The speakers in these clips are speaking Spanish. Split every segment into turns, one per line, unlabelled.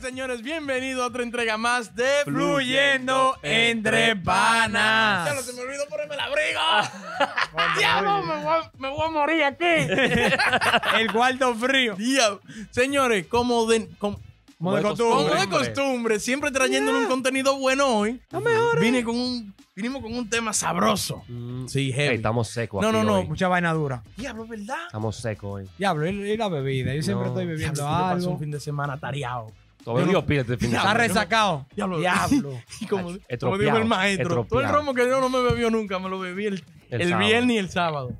señores, bienvenido a otra entrega más de
Fluyendo
Fluyendo Entre
entre panas. Ah,
Panas. Ya no se me olvidó ponerme la briga. Diablo, me voy, a- me voy a morir aquí.
El cuarto frío.
Diablo. Señores, como de, com-
Como de
como de
costumbre.
costumbre, siempre trayéndole un contenido bueno hoy. Vine con un, vinimos con un tema sabroso.
Mm.
Sí,
Ey,
heavy.
estamos secos.
No,
aquí
no, no,
hoy.
Mucha vaina dura.
Diablo, ¿verdad?
Estamos secos hoy.
Diablo, y y la bebida. Yo siempre
No.
estoy
Diablo,
bebiendo
tú te pasas
algo.
un fin de semana tareado.
Todavía
Yo no-
Dios pide este fin de
Diablo,
Está
semana.
resacado.
Diablo.
Diablo.
Y como,
Ay,
como dijo el
estropeado,
maestro, todo el
estropeado.
romo que yo no me bebió nunca, me lo bebí el,
El
el
sábado.
viernes y el sábado.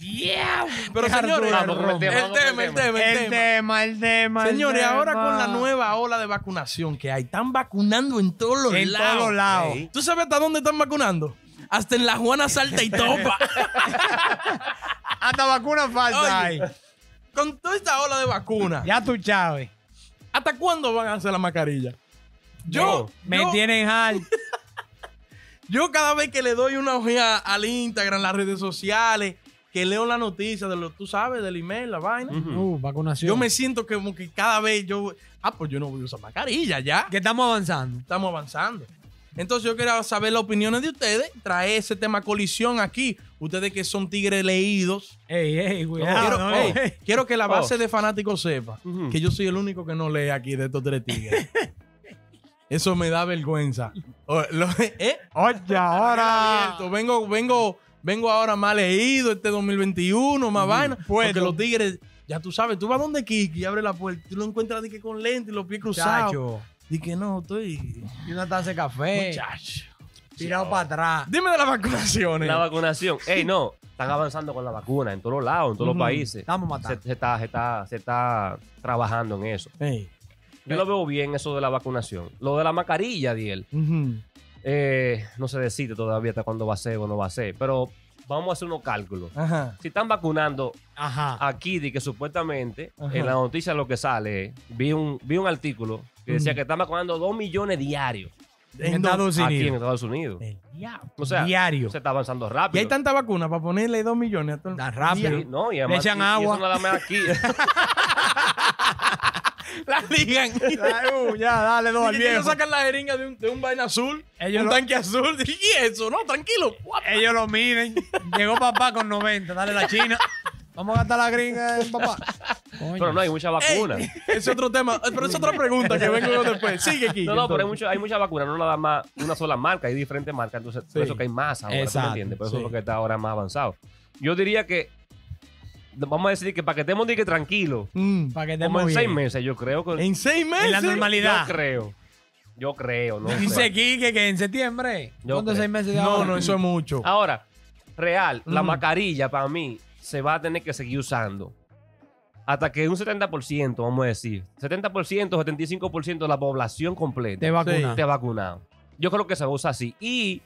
Pero señores,
Qué hartura,
el,
loco, el
tema,
tema, el
el tema.
tema, el tema.
tema, el tema. el
Señores,
tema.
ahora con la nueva ola de vacunación que hay, están vacunando en todos los
En
lados.
todos lados.
Ey.
¿Tú sabes hasta dónde están vacunando? Hasta en la Juana Salta y Topa.
Hasta vacuna falsa
Oye.
hay.
con toda esta ola de vacunas,
Ya tú, Chávez.
¿hasta cuándo van a hacer la mascarilla? Yo,
Me
yo,
tienen al.
Yo cada vez que le doy una ojeada al Instagram, las redes sociales, que leo la noticia de lo tú sabes, del email, la vaina,
Ujú.
Uh, vacunación.
yo me siento que como que cada vez yo, ah, pues yo no voy a usar mascarilla ya.
Que estamos avanzando.
Estamos avanzando. Entonces yo quería saber las opiniones de ustedes, traer ese tema a colisión aquí. Ustedes que son tigres leídos.
Ey, ey, cuidado.
quiero,
Ah, no,
ey,
ey.
quiero que la
Oh.
base de fanáticos sepa
Ujú.
que yo soy el único que no lee aquí de estos tres tigres. Eso me da vergüenza. O- lo- ¿eh?
Oye, ahora.
abierto. Vengo, vengo, vengo ahora más leído este 2021, más vaina.
puesto.
Porque los tigres, ya tú sabes, tú vas donde Kiki y abre la puerta, tú lo encuentras de que con lente y los pies cruzados.
Muchacho.
Y que no, estoy.
Y una taza de café.
Muchacho.
Eh. Tirado para atrás.
Dime de las vacunaciones.
La vacunación. Ey, no. Están avanzando con la vacuna en todos los lados, en todos
Ujú.
los países.
Estamos
Se,
matando.
se está, se, está, se está trabajando en eso.
Ey.
Yo lo veo bien, eso de la vacunación. Lo de la mascarilla, Diel.
Ujú.
eh, no se decide todavía hasta cuándo va a ser o no va a ser. Pero vamos a hacer unos cálculos.
Ajá.
Si están vacunando
Ajá.
aquí de que supuestamente
Ajá.
en la noticia lo que sale es, vi un vi un artículo que decía
Mm.
que están vacunando 2 millones diarios
En
Entonces-
Estados
aquí en
Unidos.
Estados Unidos.
El diablo.
O sea,
Diario.
se está avanzando
Y
rápido.
hay tanta vacuna para ponerle dos millones a todo el-
Tan rápido.
Sí, no, y
Le
además,
echan
y- y
agua.
eso nada más aquí.
La ligan.
Ay, uh, ya, dale dos al
Y ellos
viejo.
sacan la jeringa de un, de un vaina azul,
Ellos
un
lo-
tanque azul. Y eso, no, tranquilo.
Ellos lo miden. Llegó papá con 90. Dale la china. Vamos a gastar la gringa, eh, papá. Coño.
pero no hay muchas vacunas.
Ey, ese es otro tema, eh, pero es otra pregunta que vengo yo después. Sigue aquí.
No, no, pero hay, mucho, hay muchas vacunas, no nada más una sola marca, hay diferentes marcas, entonces por
Sí.
eso que hay más ahora, ¿tú me
Exacto,
entiendes? Por eso
sí.
es lo que está ahora más avanzado. Yo diría que, vamos a decir que para que estemos de que tranquilos,
Para que
como
estemos
en seis
bien.
meses, yo creo que...
En seis meses.
En la normalidad.
Yo creo. Yo creo, ¿no? sé.
Dice Quique que en septiembre.
Yo
¿Cuánto
creo.
seis meses de
No,
ahora?
no, eso es mucho.
Ah,
Ahora, real, la
Mm.
mascarilla para mí se va a tener que seguir usando. Hasta que un 70%, vamos a decir, 70%, 75% de la población completa
Te vacuna.
esté vacunado. Yo creo que se va a usar así. Y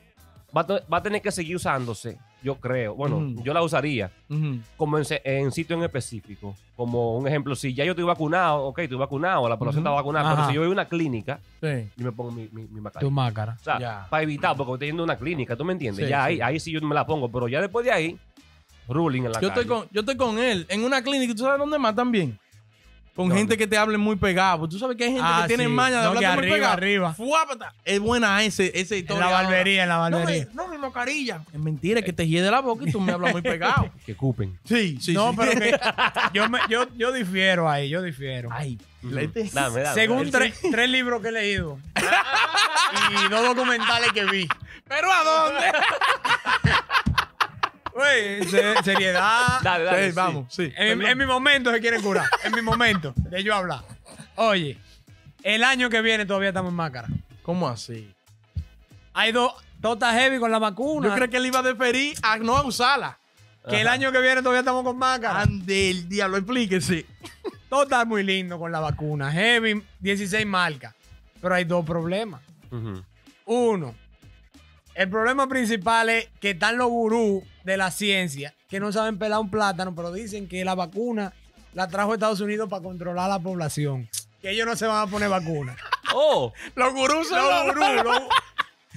va a, to- va a tener que seguir usándose, yo creo. Bueno,
Mm.
yo la usaría
Ujú.
como en, se- en sitio en específico. Como un ejemplo, si ya yo estoy vacunado, ok, estoy vacunado, la población
Ujú.
está vacunada, pero
Ajá.
si yo voy a una clínica,
Sí.
yo me pongo mi, mi, mi mascarilla.
Tu máscara.
O sea,
Ya.
para evitar, porque estoy yendo a una clínica, ¿tú me entiendes?
Sí,
ya
sí.
Ahí, ahí sí yo me la pongo, pero ya después de ahí, ruling en la
Yo
calle.
estoy, con, yo estoy con él en una clínica. ¿Tú sabes dónde más también? Con
¿Dónde?
gente que te hable muy pegado. Tú sabes que hay gente
Ah,
que tiene
sí.
maña de
No,
hablar
que
muy
arriba,
pegado.
arriba.
Fuápata. Es buena ese, esa
En
historia.
la barbería, en la
No,
barbería.
me, no, mi mascarilla. Es mentira, es que te hiede la boca y tú me hablas muy pegado.
Que cupen.
Sí, sí,
No,
sí.
pero que yo, me- yo, yo difiero ahí, yo difiero.
Ay,
Dame, dame.
Según
El-
tres, tres libros que he leído y dos documentales que vi.
¿Pero a dónde?
Güey, se- seriedad.
Dale, dale.
Sí,
sí.
vamos, sí.
En, mi- en mi momento se quieren curar. En mi momento de yo hablar. Oye, el año que viene todavía estamos en máscara.
¿Cómo así?
Hay dos totas heavy con la vacuna.
Yo creo que él iba a deferir a no usarla.
que el año que viene todavía estamos con máscara.
Ande el diablo, explíquese.
Totas muy lindo con la vacuna. Heavy, 16 marcas. Pero hay dos problemas.
Ujú.
Uno, el problema principal es que están los gurús de la ciencia que no saben pelar un plátano, pero dicen que la vacuna la trajo Estados Unidos para controlar a la población. Que ellos no se van a poner vacuna.
Oh,
Los gurús son
Los
los
gurús, los,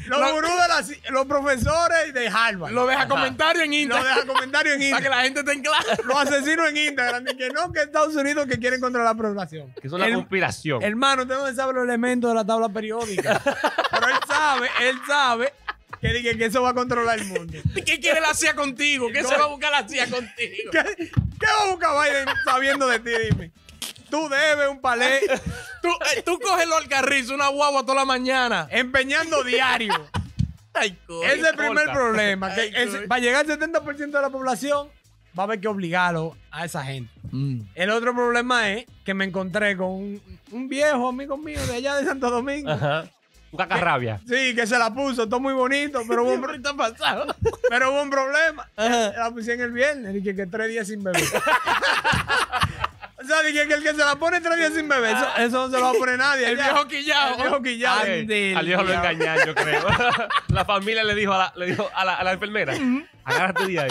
Los
Lo-
gurús de la ci- los profesores de Harvard.
Lo deja comentario en
Lo
Instagram.
deja comentario en
Para que
Instagram.
la gente esté clara.
Los asesinos en Instagram. Y que no, que Estados Unidos que quieren controlar la población.
Que es una
El-
conspiración.
Hermano, usted no sabe los elementos de la tabla periódica. Pero él sabe, él sabe que, di que- que eso va a controlar el mundo.
¿Qué quiere la CIA contigo? ¿Qué se va a buscar la CIA contigo?
¿Qué, qué va a buscar Biden sabiendo de ti? Dime. Tú debes un palé
Tú, eh, tú coges los alcarrizos, una guagua toda la mañana.
empeñando diario.
Ay, coño.
Ese es el primer
Corta.
problema. Que
Ay,
ese-
coño.
para llegar al 70% de la población, va a haber que obligarlo a esa gente.
Mm.
El otro problema es que me encontré con un, un viejo amigo mío de allá de Santo Domingo.
Ajá. Un cacarrabia.
Sí, que se la puso, todo muy bonito, pero hubo un, pro-
está pasado?
pero hubo un problema.
Ajá.
Se la puse en el viernes, dije que tres días sin beber. o sea, dije que el que se la pone tres días sin beber, eso, eso no se lo va a poner nadie.
El
allá.
viejo quillao.
El viejo quillao.
Ay,
Eh, Al viejo lo engañaron, yo creo. la familia le dijo a la, le dijo a la, a la enfermera: Agárrate de ahí.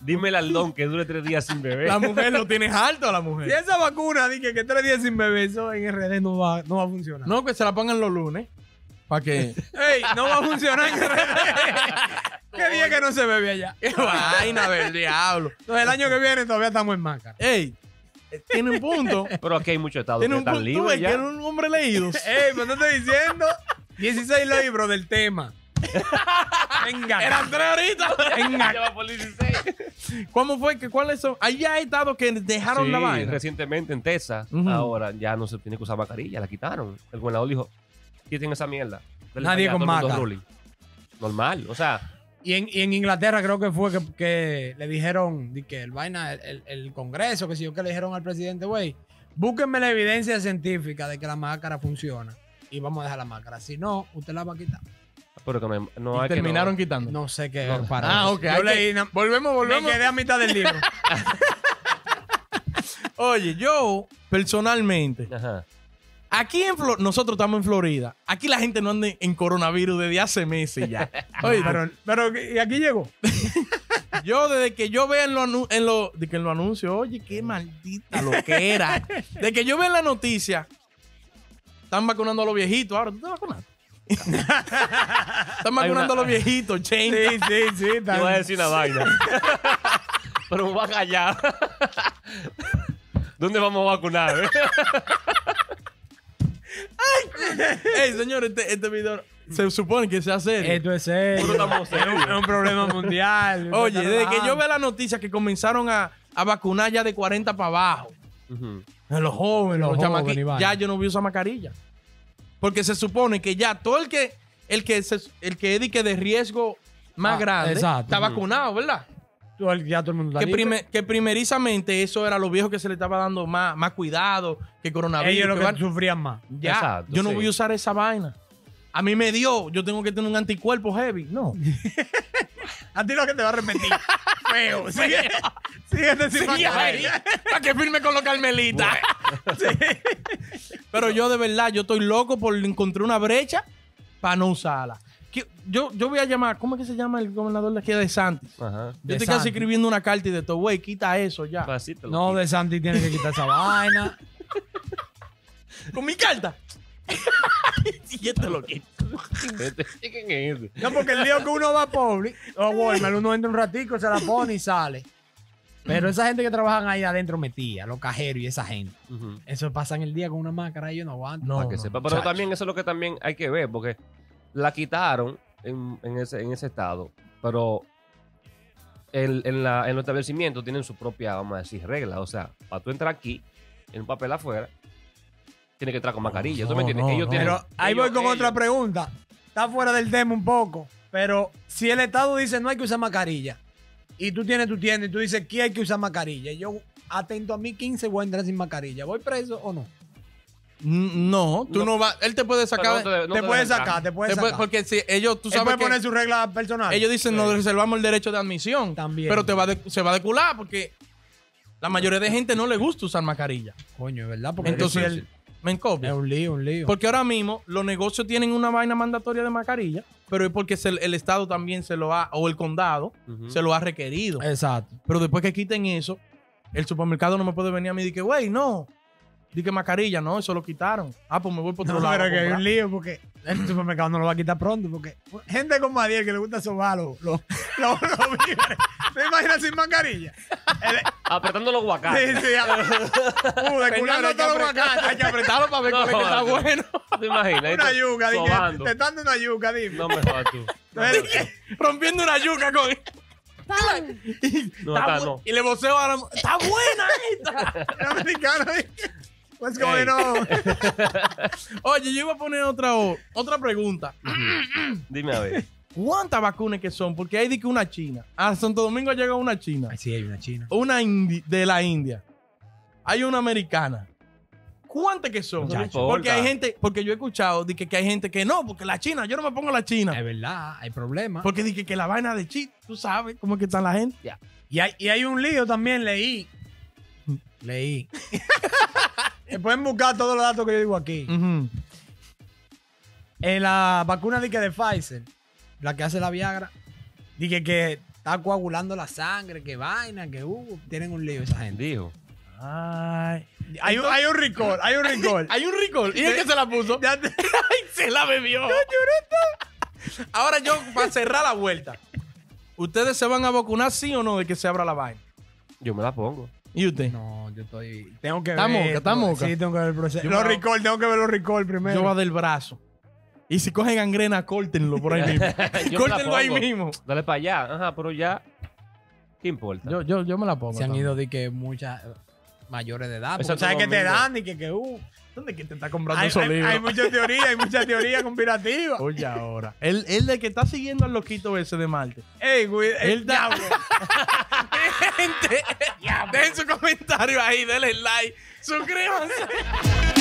Dímele al don que dure tres días sin beber.
La mujer lo tienes alto, la mujer.
Si esa vacuna dije que tres días sin beber, eso en RD no va, no va a funcionar.
No, que se la pongan los lunes. ¿Para qué?
Ey, no va a funcionar en RD. ¿Qué día que no se bebe allá?
¡Qué vaina del diablo!
Entonces el año que viene todavía estamos en máscara.
Ey, eh, tiene un punto.
Pero aquí hay muchos estados que
Tiene un punto.
están
Tú
libres
ves que
ya.
era un hombre leído.
Ey, pues te estoy diciendo 16 libros del tema. Venga.
Eran tres ahorita.
Ya va por 16.
¿Cómo fue? que ¿Cuáles son? Ahí hay estados que dejaron
Sí,
la vaina.
recientemente en Texas,
Ujú.
ahora ya no se tiene que usar mascarilla, la quitaron. El gobernador dijo, quiten esa mierda. Dale
Nadie
para allá,
con
todo el mundo
maca.
ruling". Normal, o sea,
Y en, y en Inglaterra creo que fue que, que le dijeron di que el vaina, el, el- el Congreso, que si yo que le dijeron al presidente, güey, búsquenme la evidencia científica de que la máscara funciona y vamos a dejar la máscara. Si no, usted la va a quitar.
pero que no, hay- no
Y
hay que
terminaron
no-
quitando.
No sé qué
No.
para.
Ah, ok.
Yo
hay
leí
que-
na-
Volvemos,
me
volvemos.
quedé a mitad del libro.
Oye, yo personalmente,
Ajá.
aquí en Florida, nosotros estamos en Florida. Aquí la gente no anda en coronavirus desde hace meses ya. Oye,
pero, pero y aquí llegó.
Yo desde que yo vea en los anu- en lo, de que en los anuncios, oye, qué maldita lo que era. De que yo vea en la noticia, están vacunando a los viejitos. Ahora, ¿tú te vacunaste? están
Hay
vacunando
una-
a los viejitos, 80.
Sí, sí, sí.
Yo
está
voy a
bien.
decir una vaina. pero me va a callar. ¿Dónde vamos a vacunar? eh?
Ey, señores, este, este video se supone que se hace.
Esto es serio.
Nosotros estamos serios.
Es un problema mundial. Ah,
Oye, desde que yo vea la noticia que comenzaron a, a vacunar ya de 40 para abajo,
Ujú.
a los jóvenes,
Los
los,
jóvenes,
chamaqui-
Iván.
ya yo no voy a usar mascarilla. Porque se supone que ya todo el que el que se- el que es de que de riesgo más
Ah,
grande
exacto.
está vacunado, ¿verdad?
Tú, ya todo el mundo está
Que,
libre.
prime- que primerizamente eso era a los viejos que se le estaba dando más, más cuidado que coronavirus.
Ellos lo
que
que
van-
sufrían más.
ya,
Exacto,
yo no
sí.
voy a usar esa vaina. A mí me dio, yo tengo que tener un anticuerpo heavy. No.
A ti lo que te va a arrepentir. Feo. Sigue, síguete sin mascarilla.
Para que firme con los carmelitas. Sí. Pero yo de verdad, yo estoy loco por encontrar una brecha para no usarla. Que- Yo, yo voy a llamar, ¿cómo es que se llama el gobernador de aquí de Santis?
Ajá.
Yo
De
estoy casi
Santis.
escribiendo una carta y de todo, güey, quita eso ya.
Pasito,
No, de Santi tiene que quitar esa vaina.
Con mi carta. y este lo quita.
Este- ¿Quién es ese?
No, porque el lío que uno va a Public o a Walmart, uno entra un ratico, se la pone y sale. Pero esa gente que trabajan ahí adentro metía, los cajeros y esa gente.
Ujú.
Eso pasan el día con una máscara y yo no aguanto.
No,
para que
no,
sepa. Pero
muchacho.
también eso es lo que también hay que ver, porque la quitaron en, en ese, en ese estado, pero el- en, la- en los establecimientos tienen su propia, vamos a decir, regla. O sea, para tú entrar aquí, en un papel afuera, tiene que entrar con mascarilla. ¿Tú
No,
me entiendes?
no,
ellos
no.
tienen,
Pero ahí
ellos-
voy con
ellos-
otra pregunta. Está fuera del tema un poco. Pero si el Estado dice no hay que usar mascarilla, y tú tienes tu tienda y tú dices que hay que usar mascarilla, y yo atento a mí 15 voy a entrar sin mascarilla, ¿voy preso o no?
Mm, No, tú no,
No.
vas. Él te puede
pero no
sacar.
no
te puedes
dejan
sacar,
entrar.
te puedes
te puede-
sacar.
porque si ellos, tú
Él
sabes
puede
que
poner sus reglas personales.
ellos dicen, nos reservamos el derecho de admisión.
También.
Pero te va de- se va a decular porque la mayoría de gente no le gusta usar mascarilla.
Coño, ¿verdad? Porque
Entonces,
es,
difícil.
me
es
encopia.
un lío, un lío.
Porque ahora mismo los negocios tienen una vaina mandatoria de mascarilla, pero es porque se- el Estado también se lo ha, o el condado,
Ujú.
se lo ha requerido.
Exacto.
Pero después que quiten eso, el supermercado no me puede venir a mí y decir, güey, no, Di que mascarilla, no, eso lo quitaron. Ah, pues me voy por otro
No,
lado. a
pero que hay
comprar.
un lío porque el supermercado no lo va a quitar pronto porque gente como Adiel que le gusta sobar los los los- los víveres. ¿Te imaginas sin mascarilla?
Apretando los guacates.
Sí, sí. ya. Uh, de
Fernando,
culano
hay que
todos
apretar-
los aguacates.
Hay que apretarlo para ver
No,
cuál es que está
vale.
bueno.
¿Te imaginas?
Una yuca, dije, este
sobando.
te están dando una yuca, dime.
No me jodas tú. No,
Entonces,
no,
dije,
Rompiendo una yuca con.
No,
Está
está,
bu-
no.
Y le voceo a la. ¡Está buena esta!
el americano, dije, what's
Ey.
going on?
Oye, yo iba a poner otra, o- otra pregunta.
Dime a ver.
¿Cuántas vacunas que son? Porque hay de que una china. A Santo Domingo llega una china.
Ay, sí, hay una china.
Una indi- de la India. Hay una americana. ¿Cuántas que son?
No me importa.
porque hay gente, porque yo he escuchado de que, que hay gente que no, porque la China, yo no me pongo la
Es
China.
verdad, hay problemas.
Porque dije que, que la vaina de chip, tú sabes cómo es que está la gente.
Y hay, y hay un lío también, leí. Leí. Eh, Pueden buscar todos los datos que yo digo aquí.
Ujú.
En la vacuna de, que de Pfizer, la que hace la Viagra, dije que está coagulando la sangre, que vaina, que uh, tienen un lío esa gente.
Dijo.
Ay.
Hay, un- hay un recall, hay un recall.
Hay un recall. ¿Y el que se la puso?
Ya te-
¡Ay, se la bebió! Ahora yo, para cerrar la vuelta. ¿Ustedes se van a vacunar sí o no de que se abra la vaina?
Yo me la pongo.
¿Y usted?
No, yo estoy. Tengo que
Está
ver.
moca, está
todo.
moca.
Sí, tengo que ver el proceso.
Yo
los
me-
recall, tengo que ver los recall primero.
Yo va del brazo. Y si cogen gangrena, córtenlo por ahí mismo.
Yo me la
córtenlo ahí
pongo.
mismo.
Dale para allá. Ajá, pero ya. ¿Qué importa?
Yo, yo, yo me la pongo.
Se han
también.
ido de que muchas eh, mayores de edad.
Eso
Porque sabes
todo
que te
domingo.
dan y que, que uh,
¿Dónde es que te está comprando
hay,
esos
hay-
libros?
hay mucha teoría, hay mucha teoría conspirativa.
Oye, ahora. Él él es el que está siguiendo al loquito ese de Marte.
Ey, güey, ey,
El diablo. Gente, dejen su comentario ahí, denle like, suscríbanse.